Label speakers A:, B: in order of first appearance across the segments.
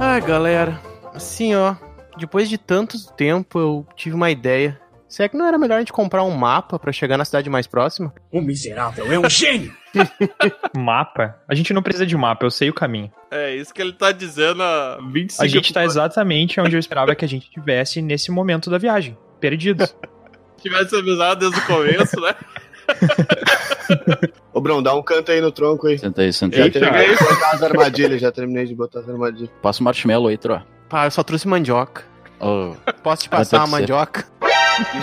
A: Ah, galera, assim ó, depois de tanto tempo eu tive uma ideia. Será que não era melhor a gente comprar um mapa pra chegar na cidade mais próxima?
B: O miserável é um gênio!
C: Mapa? A gente não precisa de mapa, eu sei o caminho.
D: É isso que ele tá dizendo há 25
C: A gente tá exatamente onde eu esperava que a gente estivesse nesse momento da viagem. Perdidos.
D: tivesse avisado desde o começo, né?
E: Ô, Brão, dá um canto aí no tronco aí.
F: Senta aí, senta
D: Ei,
F: aí.
E: Já terminei
D: cara.
E: de botar as armadilhas, já terminei de botar as armadilhas.
F: Passa o marshmallow aí, Tro.
A: Pá, eu só trouxe mandioca.
F: Ô,
A: Posso te
F: Ah,
A: passar uma
F: pode ser.
A: mandioca?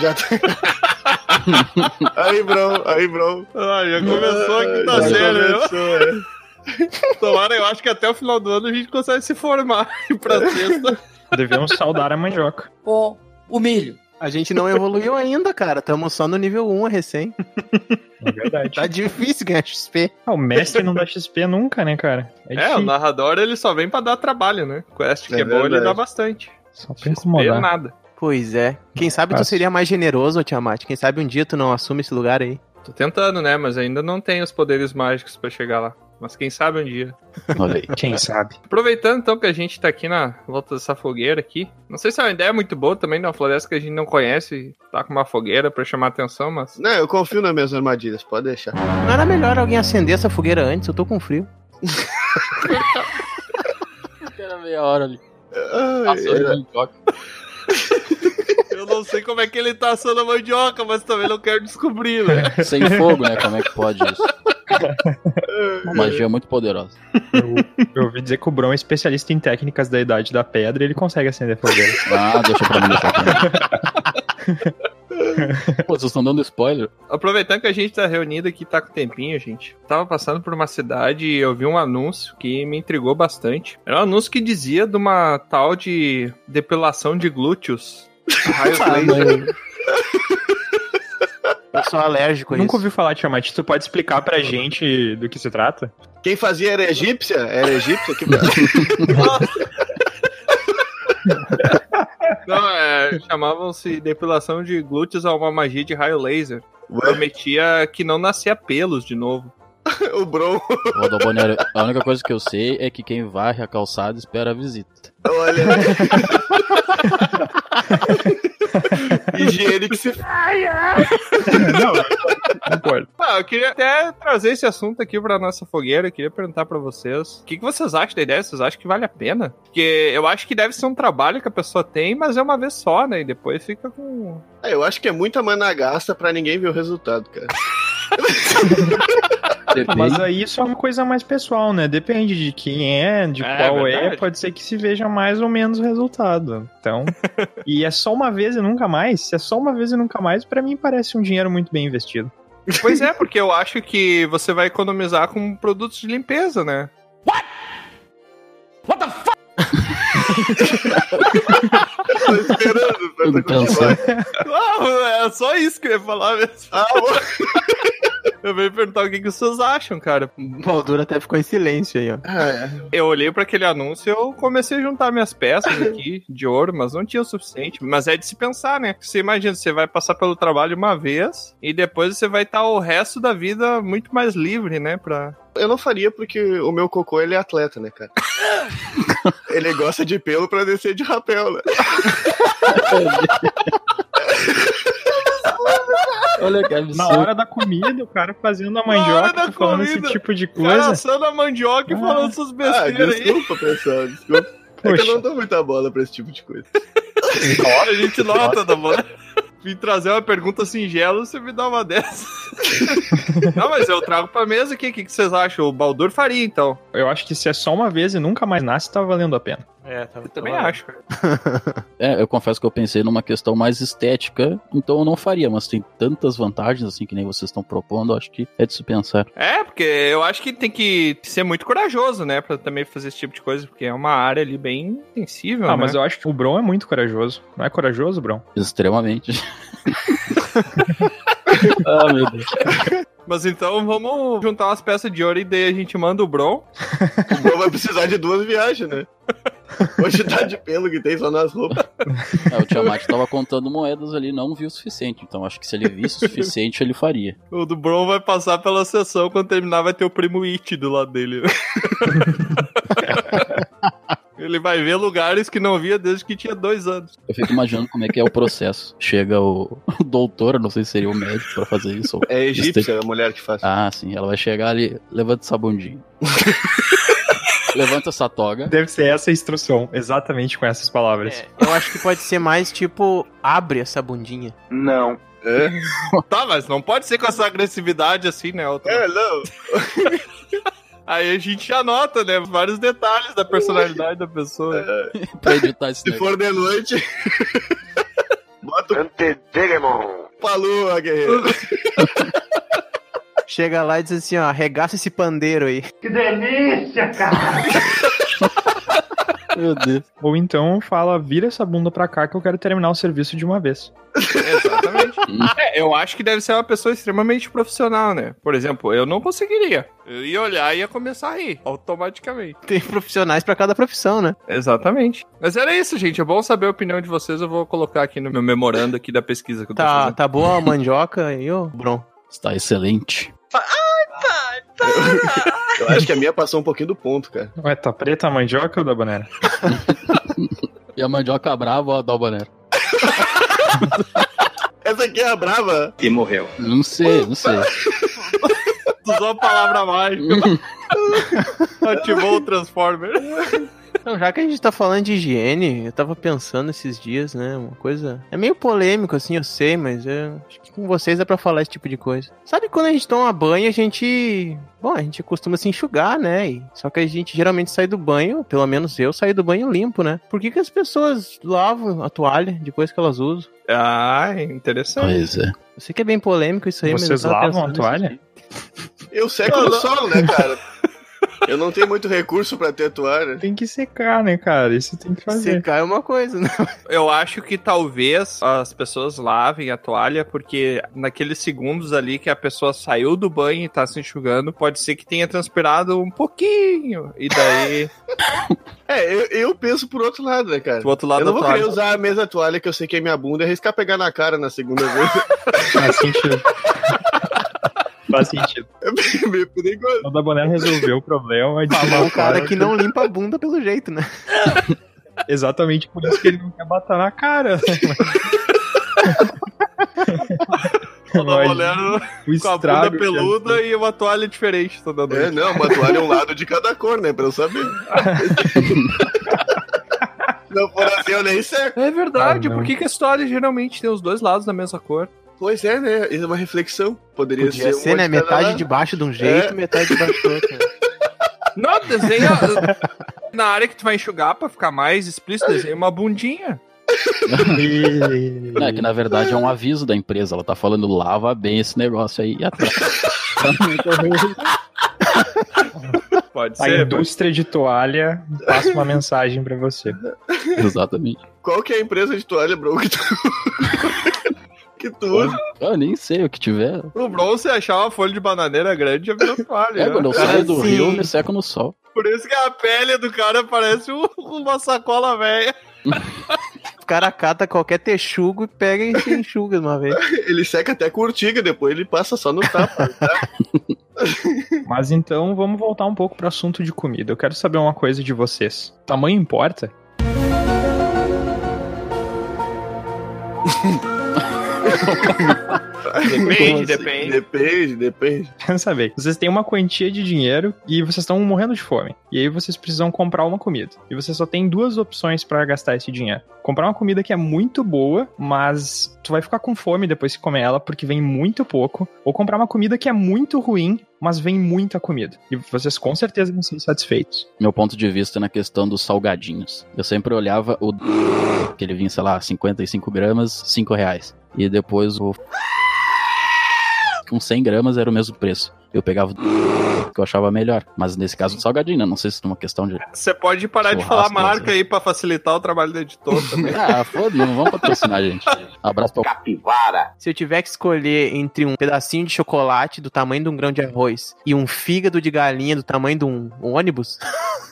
E: Já ter- aí, Brão, aí, Brão.
D: Ah, já começou a quinta
E: Já
D: série, né?
E: começou, é.
D: Tomara, eu acho que até o final do ano a gente consegue se formar pra sexta.
C: Devemos um saudar a mandioca.
G: com o milho.
A: A gente não evoluiu ainda, cara. Tamo só no nível 1 recém.
C: É verdade.
A: Tá difícil ganhar XP.
C: Ah, o mestre não dá XP nunca, né, cara?
D: É,
C: difícil.
D: o narrador ele só vem pra dar trabalho, né? Quest que é,
E: É
D: bom, ele
E: verdade.
D: dá bastante.
C: Só pra
D: XP é
C: incomodar.
D: nada.
A: Pois é. Quem sabe tu
C: Fácil.
A: seria mais generoso, ô Tiamat. Quem sabe um dia tu não assume esse lugar aí.
D: Tô tentando, né? Mas ainda não tenho os poderes mágicos pra chegar lá. Mas quem sabe um dia.
F: olha aí.
C: Quem sabe?
D: Aproveitando então que a gente tá aqui na volta dessa fogueira aqui. Não sei se é uma ideia muito boa também, numa floresta que a gente não conhece, tá com uma fogueira pra chamar atenção, mas.
E: Não, eu confio nas minhas armadilhas, pode deixar.
A: Não era melhor alguém acender essa fogueira antes? Eu tô com frio.
F: Era meia hora ali.
E: Ai, era-
D: Eu não sei como é que ele tá assando a mandioca, mas também não quero descobrir, né?
F: Sem fogo, né? Como é que pode isso? Uma magia muito poderosa.
C: Eu, eu ouvi dizer que o Bron é especialista em técnicas da idade da pedra e ele consegue acender fogueira.
F: Ah, deixa pra mim, deixa pra mim. Pô, vocês estão dando spoiler?
D: Aproveitando que a gente tá reunido aqui, tá com tempinho, gente. Tava passando por uma cidade e eu vi um anúncio que me intrigou bastante. Era um anúncio que dizia de uma tal de depilação de glúteos. Raios laser.
A: Eu sou alérgico a
C: Nunca
A: isso.
C: ouvi falar, Tiamat. Tu pode explicar pra gente do que se trata?
E: Quem fazia era egípcia? Era egípcia? Que...
D: Não, é, chamavam-se depilação de glúteos a uma magia de raio laser.
E: Ué,
D: Prometia que não nascia pelos de novo.
E: o Bron,
F: Ô, Adalbonero, a única coisa que eu sei é que quem varre a calçada espera a visita.
E: olha. Higiene que se.
C: Não pode.
D: Ah, eu queria até trazer esse assunto aqui pra nossa fogueira. Eu queria perguntar pra vocês. O que, que vocês acham da ideia? Vocês acham que vale a pena? Porque eu acho que deve ser um trabalho que a pessoa tem, mas é uma vez só, né? E depois fica com.
E: Ah, eu acho que é muita managasta pra ninguém ver o resultado, cara.
C: Ah, mas aí isso é uma coisa mais pessoal, né? Depende de quem é, de
D: É,
C: qual
D: verdade.
C: é. Pode ser que se veja mais ou menos o resultado. Então. e é só uma vez e nunca mais? Se é só uma vez e nunca mais, pra mim parece um dinheiro muito bem investido.
D: Pois é, porque eu acho que você vai economizar com produtos de limpeza, né?
E: Tô esperando. pra
F: Tudo então. pensando.
D: Não, é só isso que eu ia falar mesmo.
E: Ah, o-
D: Eu veio perguntar o que, que vocês acham, cara.
A: O Baldura até ficou em silêncio aí, ó.
E: Ah, é.
D: Eu olhei pra aquele anúncio e eu comecei a juntar minhas peças aqui de ouro, mas não tinha o suficiente. Mas é de se pensar, né? Você imagina, você vai passar pelo trabalho uma vez e depois você vai estar o resto da vida muito mais livre, né? Pra...
E: Eu não faria porque o meu cocô ele é atleta, né, cara? Ele gosta de pelo pra descer de rapel, né?
F: Olha que
C: Na
F: absurdo.
C: hora da comida, o cara fazendo a
D: hora
C: mandioca,
D: da
C: falando esse
D: comida.
C: tipo de
D: Cara,
C: coisa.
D: assando a mandioca e
C: Ah.
D: falando essas
E: Ah,
D: besteiras aí.
E: desculpa, pessoal, desculpa.
D: tá
E: É que eu
C: Poxa.
E: não dou muita bola pra esse tipo de coisa.
D: Olha, a gente nota, tá bom? Vim trazer uma pergunta singela, você me dá uma dessa. não, mas eu trago pra mesa aqui. O que, que vocês acham? O Baldur faria, então.
C: Eu acho que se é só uma vez e nunca mais nasce, tá valendo a pena.
A: É, tá,
D: Eu também acho.
F: É, eu confesso que eu pensei numa questão mais estética, então eu não faria, mas tem tantas vantagens, assim, que nem vocês estão propondo, eu acho que é de se pensar.
D: É, porque eu acho que tem que ser muito corajoso, né? Pra também fazer esse tipo de coisa, porque é uma área ali bem sensível,
C: Ah,
D: né?
C: mas eu acho que o Bron é muito corajoso. Não é corajoso, Bron?
F: Extremamente. ah, meu Deus.
D: Mas então vamos juntar umas peças de ouro e daí a gente manda o Bron.
E: O Bruno vai precisar de duas viagens, né? Hoje tá de pelo que tem só nas roupas.
F: É, o Tiamat tava contando moedas ali, não viu o suficiente. Então acho que se ele visse o suficiente, ele faria.
D: O do Bron vai passar pela sessão, quando terminar vai ter o primo It do lado dele. Ele vai ver lugares que não via desde que tinha dois anos.
F: Eu fico imaginando como é que é o processo. Chega o o doutor, não sei se seria o médico pra fazer isso. ou-
E: É egípcia a mulher que faz.
F: Ah, sim, ela vai chegar ali, levanta essa bundinha. levanta essa toga.
C: Deve ser essa a instrução, exatamente com essas palavras.
A: É, eu acho que pode ser mais tipo, abre essa bundinha.
G: Não.
E: É?
D: Tá, mas não pode ser com essa agressividade assim, né, Elton?
E: É, não.
D: Aí a gente já nota, né, vários detalhes da personalidade da pessoa.
F: pra editar esse
E: Se
F: negócio.
E: for de noite. Bota
G: Antedegemon.
E: o palua, guerreiro.
A: Chega lá e diz assim, ó, arregaça esse pandeiro aí.
G: Que delícia, cara!
F: Meu Deus.
C: Ou então fala, vira essa bunda pra cá que eu quero terminar o serviço de uma vez.
D: Exatamente.
E: Hum.
D: É, eu acho que deve ser uma pessoa extremamente profissional, né? Por exemplo, eu não conseguiria. Eu ia olhar e ia começar a rir, automaticamente.
A: Tem profissionais pra cada profissão, né?
D: Exatamente. Mas era isso, gente. É bom saber a opinião de vocês. Eu vou colocar aqui no meu memorando aqui da pesquisa que eu tô
A: Tá,
D: fazendo.
A: tá boa a mandioca aí, ô, Bron?
F: Está excelente.
E: Eu acho que a minha passou um pouquinho do ponto, cara.
C: Ué, tá preta a mandioca ou da banana?
F: E a mandioca brava ou a Dalbanera?
E: Essa aqui é a brava.
G: E morreu.
F: Não sei, não sei.
D: Usou a palavra mágica. Ativou o Transformer.
A: Então, já que a gente tá falando de higiene, eu tava pensando esses dias, né? Uma coisa. É meio polêmico, assim, eu sei, mas eu acho que com vocês dá pra falar esse tipo de coisa. Sabe quando a gente toma banho, a gente. Bom, a gente costuma se enxugar, né? E- Só que a gente geralmente sai do banho, pelo menos eu saio do banho limpo, né? Por que, que as pessoas lavam a toalha depois que elas usam?
D: Ah, interessante.
F: Pois é.
A: Eu sei que é bem polêmico isso aí, mas.
C: Vocês
A: eu tava
C: lavam a
A: pensando
C: toalha?
E: Eu seco no sol, né, cara? Eu não tenho muito recurso pra ter toalha.
C: Tem que secar, né, cara? Isso tem que
A: nisso.
C: fazer.
A: Secar é uma coisa, né?
D: Eu acho que talvez as pessoas lavem a toalha, porque naqueles segundos ali que a pessoa saiu do banho e tá se enxugando, pode ser que tenha transpirado um pouquinho. E daí,
E: É, eu, eu penso por outro lado, né, cara?
D: do outro lado
E: Eu não
D: da
E: vou
D: toalha.
E: querer usar a mesma toalha que eu sequei minha bunda e arriscar pegar na cara na segunda vez.
C: Faz sentido. Faz sentido.
E: É meio perigoso.
C: O da banana resolveu o problema
D: Tá
C: de
A: É um cara que não limpa a bunda pelo jeito, né?
C: Exatamente por isso que ele não quer bater na cara.
D: Toda
C: Imagina
D: mulher
C: o
D: com a bunda
C: estrago que ia
D: peluda e uma toalha diferente toda
E: É,
D: noite.
E: não, uma toalha é um lado de cada cor, né? Pra eu saber. Se não for assim, eu nem seco.
D: É verdade,
C: Ah, não.
D: por que, que as toalhas geralmente tem os dois lados da mesma cor?
E: Pois é, né? Isso é uma reflexão. Poderia
A: Podia
C: é um
E: ser,
A: ser,
E: uma
A: né?
E: de cada
A: Metade
E: lado.
A: debaixo de um jeito,
E: É.
A: metade debaixo do outro.
D: Não, desenha. na área que tu vai enxugar pra ficar mais explícito, desenha uma bundinha.
C: E-
F: Não, é que na verdade é um aviso da empresa. Ela tá falando, lava bem esse negócio aí e atrás.
D: Pode
C: A
D: ser.
C: indústria de toalha passa uma mensagem pra você.
F: Exatamente.
E: Qual que é a empresa de toalha, bro, que tu... que tu usa?
F: Eu nem sei o que tiver.
D: O Bron, se achar uma folha de bananeira grande, já virou toalha.
F: É,
D: né?
F: quando eu
A: cara,
F: saio do
A: sim.
F: rio, eu me seco no sol.
D: Por isso que a pele do cara parece um- uma sacola velha.
A: O cara cata qualquer texugo e pega e se enxuga de uma vez.
E: Ele seca até com urtiga, depois ele passa só no tapa.
C: Mas então vamos voltar um pouco pro assunto de comida. Eu quero saber uma coisa de vocês. Tamanho importa?
D: Depende,
E: tá? Depende, depende.
C: Quero saber. Vocês têm uma quantia de dinheiro e vocês estão morrendo de fome. E aí vocês precisam comprar uma comida. E vocês só têm duas opções pra gastar esse dinheiro. Comprar uma comida que é muito boa, mas tu vai ficar com fome depois que comer ela porque vem muito pouco, ou comprar uma comida que é muito ruim, mas vem muita comida. E vocês com certeza vão ser satisfeitos.
F: Meu ponto de vista é na questão dos salgadinhos. Eu sempre olhava o. que ele vinha, sei lá, 55 gramas, 5 reais. E depois o. com 100 gramas era o mesmo preço. Eu pegava o que eu achava melhor. Mas nesse caso, o salgadinho, né? Não sei se é uma questão de.
D: Você pode parar de
F: Churrasco,
D: falar marca
F: né?
D: aí pra facilitar o trabalho do editor também.
F: Ah, foda-se, não vamos patrocinar, gente. Abraço pra
G: Capivara.
A: Se eu tiver que escolher entre um pedacinho de chocolate do tamanho de um grão de arroz e um fígado de galinha do tamanho de um, um ônibus,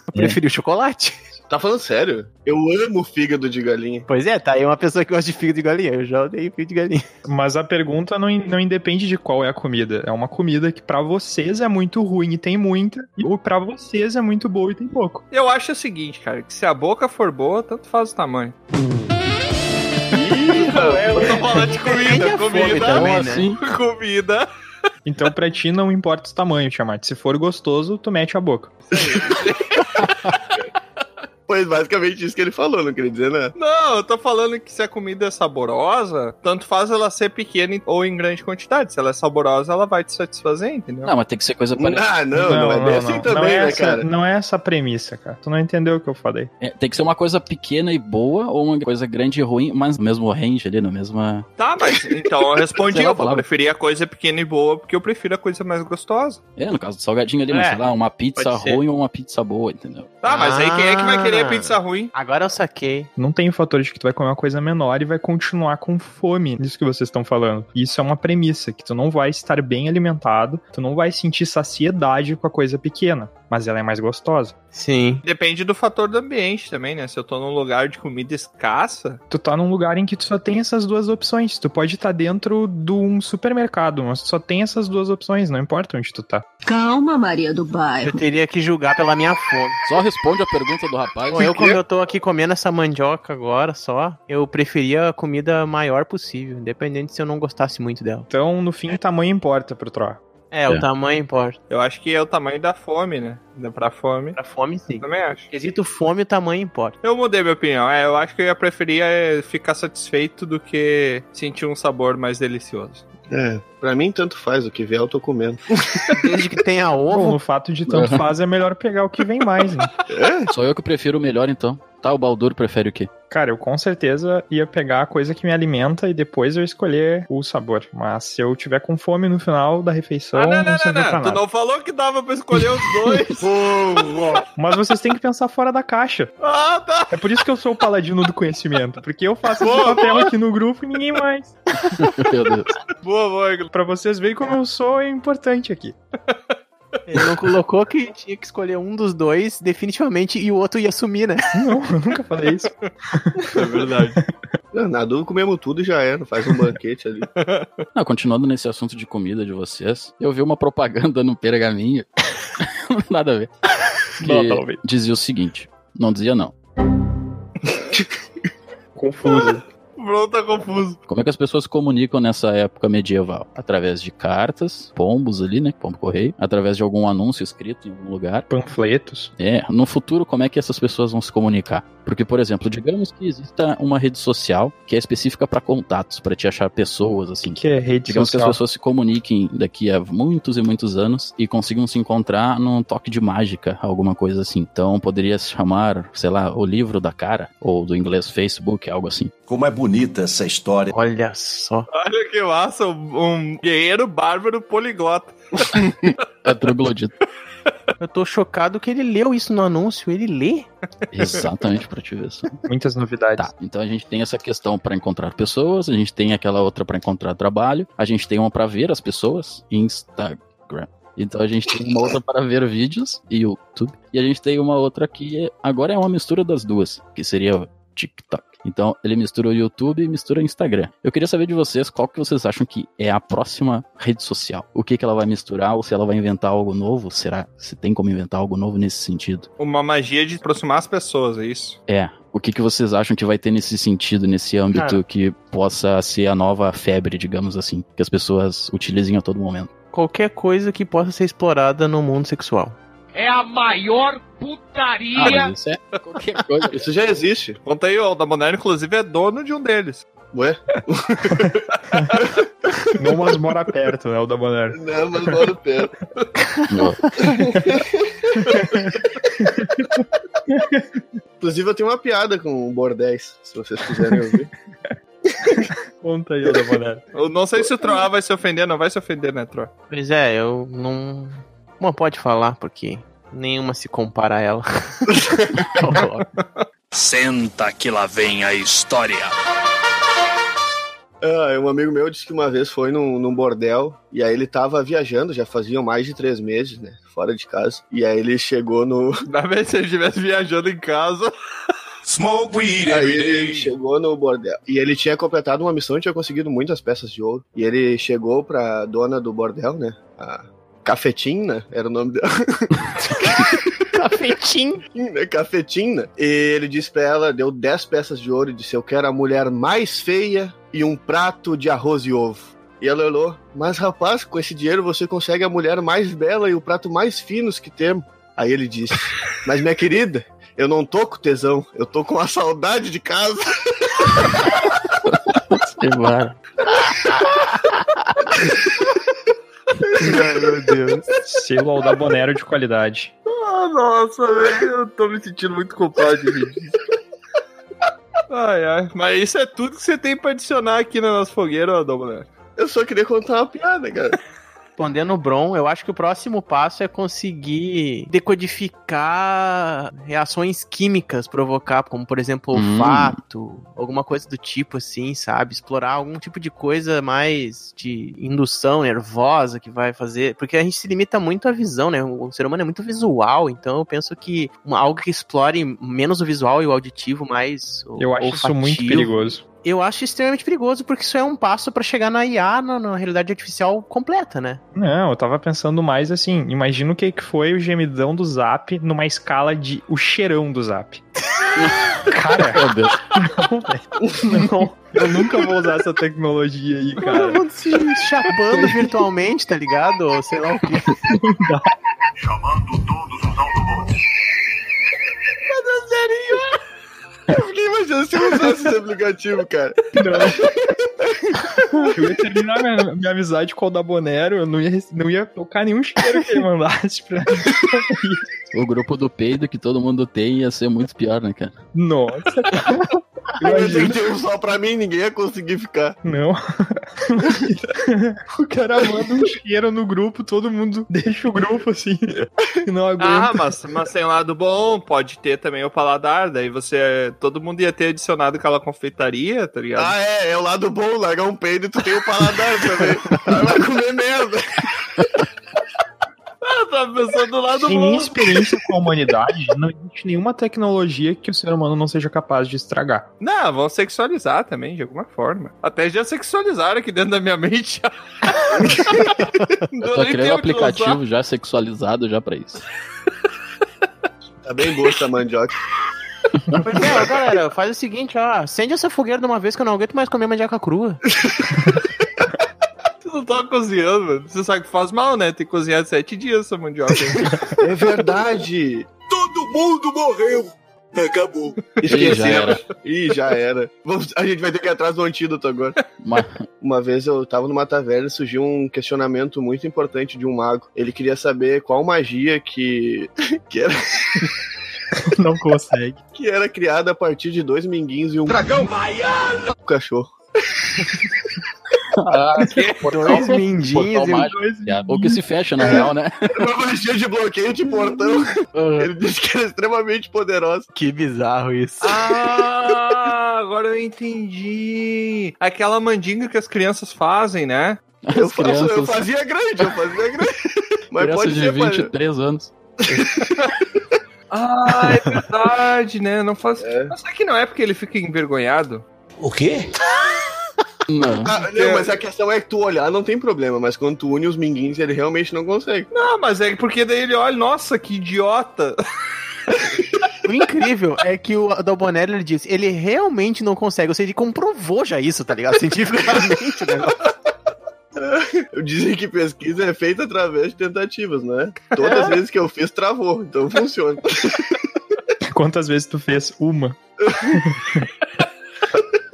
A: eu preferi o chocolate.
E: Tá falando sério? Eu amo fígado de galinha.
A: Pois é, tá aí uma pessoa que gosta de fígado de galinha. Eu já odeio fígado de galinha.
C: Mas a pergunta não, in- não independe de qual é a comida. É uma comida que pra vocês é muito ruim e tem muita, ou pra vocês é muito boa e tem pouco.
D: Eu acho o seguinte, cara, que se a boca for boa, tanto faz o tamanho.
E: Ih,
D: Eu tô falando
A: Depende
D: de comida,
A: da fome
D: comida,
A: também, né?
F: assim,
D: comida.
C: Então pra ti não importa o tamanho, Tiamat. Se for gostoso, tu mete a boca.
E: Foi basicamente isso que ele falou, não queria dizer nada.
D: Não, eu tô falando que se a comida é saborosa, tanto faz ela ser pequena ou em grande quantidade. Se ela é saborosa, ela vai te satisfazer, entendeu?
F: Não, mas tem que ser coisa parecida.
E: Ah, não, não, é bem assim também,
C: Não é
E: né,
C: essa,
E: cara?
C: Não é essa a premissa, cara. Tu não entendeu o que eu falei.
F: É, tem que ser uma coisa pequena e boa ou uma coisa grande e ruim, mas no mesmo range ali, no mesmo.
D: Tá, mas então eu respondi.
F: Sei lá,
D: eu vou
F: palavra.
D: preferir a coisa pequena e boa, porque eu prefiro a coisa mais gostosa.
F: É, no caso do salgadinho ali, mas
D: É,
F: sei lá, uma pizza
D: pode ser.
F: ruim ou uma pizza boa, entendeu?
D: Tá, mas aí quem é que vai querer
A: Ah.
D: a pizza ruim?
A: Agora eu saquei.
C: Não tem o fator de que tu vai comer uma coisa menor e vai continuar com fome nisso que vocês estão falando. Isso é uma premissa, que tu não vai estar bem alimentado, tu não vai sentir saciedade com a coisa pequena, mas ela é mais gostosa.
A: Sim.
D: Depende do fator do ambiente também, né? Se eu tô num lugar de comida escassa,
C: Tu tá num lugar em que tu só tem essas duas opções. Tu pode estar dentro de um supermercado, mas tu só tem essas duas opções, não importa onde tu tá.
H: Calma, Maria do
A: Eu
H: Bairro.
A: teria que julgar pela minha fome.
F: Só responde a pergunta do rapaz.
A: Bom, eu, como eu tô aqui comendo essa mandioca agora só, eu preferia a comida maior possível, independente se eu não gostasse muito dela.
C: Então, no fim, o tamanho importa pro Troá.
A: É,
F: É.
A: o tamanho importa.
D: eu acho que é o tamanho da fome, né? Dá Pra fome,
A: Pra fome, sim.
D: também acho.
A: Quesito fome, o tamanho importa.
D: Eu mudei minha opinião. É, eu acho que eu ia preferir é, ficar satisfeito do que sentir um sabor mais delicioso.
E: É, pra mim tanto faz, o que vier eu tô comendo.
A: Desde que tenha
C: Bom,
A: ovo,
C: no fato de tanto faz, é melhor pegar o que vem mais, né?
F: Sou eu que prefiro o melhor, então. Tá, o Baldur prefere o quê?
C: Cara, eu com certeza ia pegar a coisa que me alimenta e depois eu escolher o sabor. Mas se eu tiver com fome no final da refeição,
D: ah,
C: não,
D: não, não, não,
C: serve pra
D: não. Tu
C: nada.
D: não falou que dava pra escolher os dois.
C: Mas vocês têm que pensar fora da caixa.
D: ah, tá.
C: É por isso que eu sou o paladino do conhecimento. Porque eu faço esse papel aqui no grupo e ninguém mais.
F: Meu Deus.
D: Boa, boa, Igor.
C: Pra vocês verem como eu sou é importante aqui.
A: ele não colocou que tinha que escolher um dos dois definitivamente e o outro ia sumir, né?
C: Não, eu nunca falei isso.
D: É verdade.
E: Não, Na dúvida comemos tudo e já é, não faz um banquete ali.
F: Não, continuando nesse assunto de comida de vocês, eu vi uma propaganda no pergaminho. Nada a ver.
C: Não,
F: Que
D: tá
C: talvez.
F: dizia o seguinte. Não dizia não.
C: Confuso.
D: Bruno tá confuso.
F: Como é que as pessoas se comunicam nessa época medieval? Através de cartas, pombos ali, né? Pombo correio. Através de algum anúncio escrito em algum lugar.
C: Panfletos.
F: É, no futuro, como é que essas pessoas vão se comunicar? Porque, por exemplo, digamos que exista uma rede social que é específica para contatos, para te achar pessoas, assim.
C: O que é rede
F: Digamos que as
C: social?
F: pessoas se comuniquem daqui a muitos e muitos anos e consigam se encontrar num toque de mágica, alguma coisa assim. Então poderia se chamar, sei lá, o livro da cara, ou do inglês Facebook, algo assim.
I: Como é bonita essa história.
A: Olha só.
D: Olha que massa. Um um guerreiro bárbaro poliglota.
F: É troglodito.
A: Eu tô chocado que ele leu isso no anúncio. Ele lê?
F: Exatamente pra te ver só.
C: Muitas novidades.
F: Tá, então a gente tem essa questão pra encontrar pessoas, a gente tem aquela outra pra encontrar trabalho, a gente tem uma pra ver as pessoas, Instagram. Então a gente tem uma outra para ver vídeos e YouTube. E a gente tem uma outra que é- agora é uma mistura das duas, que seria o TikTok. Então ele mistura o YouTube e mistura o Instagram. Eu queria saber de vocês qual que vocês acham que é a próxima rede social. O que, que ela vai misturar ou se ela vai inventar algo novo? Será se tem como inventar algo novo nesse sentido?
D: Uma magia de aproximar as pessoas, é isso?
F: É. O que, que vocês acham que vai ter nesse sentido, nesse âmbito
A: Cara.
F: que possa ser a nova febre, digamos assim, que as pessoas utilizem a todo momento?
A: Qualquer coisa que possa ser explorada no mundo sexual.
B: É a maior
F: Ah,
B: putaria.
F: mas isso é qualquer coisa.
E: Isso já existe.
D: Conta aí, o da Monero, inclusive, é dono de um deles.
E: Ué?
C: Não, mas mora perto, né? O da Bonera.
E: Não, mas bora perto. Inclusive eu tenho uma piada com bordéis, se vocês quiserem ouvir.
C: Conta aí, o da Bonera.
D: Eu não sei se o Troá vai se ofender, não vai se ofender, né, Troá?
A: Pois é, eu não. Bom, pode falar, porque nenhuma se compara a ela.
I: Senta que lá vem a história.
E: Ah, um amigo meu disse que uma vez foi num, num bordel e aí ele tava viajando, já faziam mais de três meses, né? Fora de casa. E aí ele chegou no.
D: Na vez se ele estivesse viajando em casa.
I: Smoke weed
E: Aí ele chegou no bordel. E ele tinha completado uma missão, tinha conseguido muitas peças de ouro. E ele chegou pra dona do bordel, né? A Cafetina, era o nome dela.
A: Cafetim.
E: Cafetina, né? Cafetina. E ele disse pra ela, deu 10 peças de ouro e disse: Eu quero a mulher mais feia e um prato de arroz e ovo. E ela olhou, mas rapaz, com esse dinheiro você consegue a mulher mais bela e o prato mais finos que temos. Aí ele disse: Mas minha querida, eu não tô com tesão, eu tô com a saudade de casa.
F: Embora.
A: Ai, meu Deus.
C: Selo Aldabonero de qualidade.
D: Ah, nossa, velho, eu tô me sentindo muito culpado de rir disso. Ai, ai. Mas isso é tudo que você tem pra adicionar aqui na nossa fogueira, ô, Dominero.
E: Eu só queria contar uma piada, cara.
A: Respondendo o Bron, eu acho que o próximo passo é conseguir decodificar reações químicas provocar, como por exemplo
F: Hum.
A: olfato, alguma coisa do tipo assim, sabe? Explorar algum tipo de coisa mais de indução nervosa que vai fazer. Porque a gente se limita muito à visão, né? O ser humano é muito visual, então eu penso que uma- algo que explore menos o visual e o auditivo, mais. o
C: Eu acho isso muito
A: olfativo.
C: perigoso.
A: Eu acho extremamente perigoso, porque isso é um passo pra chegar na IA, na, na realidade artificial completa, né?
C: Não, eu tava pensando mais assim. Imagina o que que foi o gemidão do Zap numa escala de o cheirão do Zap. cara,
F: Meu Deus.
C: não. Eu nunca vou usar essa tecnologia aí,
A: Todo
C: cara.
A: mundo se chapando virtualmente, tá ligado? Ou sei lá o quê.
G: Chamando todos os autobots.
E: Eu fiquei imaginando se eu usasse esse aplicativo, cara.
C: Eu ia terminar minha, minha amizade com o Aldabonero, eu não ia, não ia tocar nenhum cheiro que ele mandasse pra
F: O grupo do peido que todo mundo tem ia ser muito pior, né, cara?
C: Nossa.
E: Eu
C: Imagina.
E: tenho que ter um só pra mim, ninguém ia conseguir ficar.
C: Não. o cara manda um cheiro no grupo, todo mundo deixa o grupo assim. Não aguenta.
D: Ah, mas, mas tem um lado bom, pode ter também o paladar, daí você. Todo mundo ia ter adicionado aquela confeitaria, tá ligado?
E: Ah, é, é o lado bom, largar um peido e tu tem o paladar também. Aí vai comer merda.
D: eu tava pensando do lado
C: Em minha
D: bom.
C: experiência com a humanidade, não existe nenhuma tecnologia que o ser humano não seja capaz de estragar.
D: Não, vão sexualizar também, de alguma forma. Até já sexualizaram aqui dentro da minha mente.
F: Eu tô criando um aplicativo já sexualizado já pra isso.
E: Tá bem boa essa mandioca.
A: Pois é, ó, galera, faz o seguinte, ó. Acende essa fogueira de uma vez que eu não aguento mais comer mandioca crua.
D: Tu não tá cozinhando, mano. Você sabe que faz mal, né? Tem que cozinhar sete dias essa mandioca.
E: É verdade.
B: Todo mundo morreu. Acabou.
F: E já
E: Esqueceu.
F: era.
E: Ih, já era. Vamos- a gente vai ter que ir atrás do antídoto agora.
F: Mas
E: Uma vez eu tava numa taverna e surgiu um questionamento muito importante de um mago. Ele queria saber qual magia que, que, era,
C: Não consegue.
E: que era criada a partir de dois minguinhos e um
B: Dragão Maia.
E: cachorro.
A: Dois mindinhos
F: portal
A: e um...
F: mágico. Ou É, que se fecha,
E: é.
F: na real, né?
E: Uma magia de bloqueio de portão.
F: Uhum.
E: Ele disse que era extremamente poderosa.
A: Que bizarro isso.
D: ah, agora eu entendi. Aquela mandinga que as crianças fazem, né?
E: Eu,
F: As
E: faço- eu
F: crianças,
E: fazia grande, eu fazia grande. Mas
F: crianças
E: pode
F: de
E: ser, mas-
F: 23 anos.
D: Ah, é verdade, né? Não faz.
E: É.
D: Mas será que não é porque ele fica envergonhado?
B: O quê?
F: Não.
E: Ah, não, mas a questão é que tu olhar não tem problema, mas quando tu une os minguins, ele realmente não consegue.
D: Não, mas é porque daí ele olha, nossa, que idiota.
A: O incrível é que o Dalbonelli ele disse, ele realmente não consegue. Ou seja, ele comprovou já isso, tá ligado? Cientificamente, né?
E: Dizem que pesquisa é feita através de tentativas, não é? Todas as vezes que eu fiz, travou, então funciona.
C: Quantas vezes tu fez uma?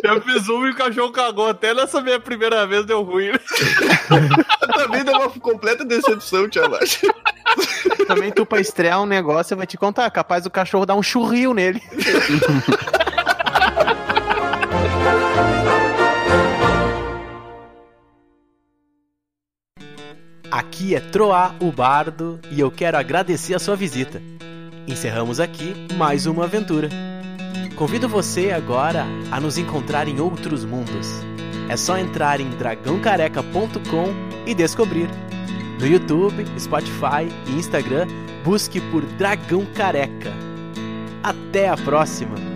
D: Eu fiz um e o cachorro cagou. Até nessa minha primeira vez deu ruim.
E: Também deu é uma completa decepção, Tia Lacha.
A: Também tu pra estrear um negócio, eu vou te contar. Capaz o cachorro dar um churril nele. Aqui é Troá, o Bardo, e eu quero agradecer a sua visita. Encerramos aqui mais uma aventura. Convido você agora a nos encontrar em outros mundos. É só entrar em dragãocareca.com e descobrir. No YouTube, Spotify e Instagram, busque por Dragão Careca. Até a próxima!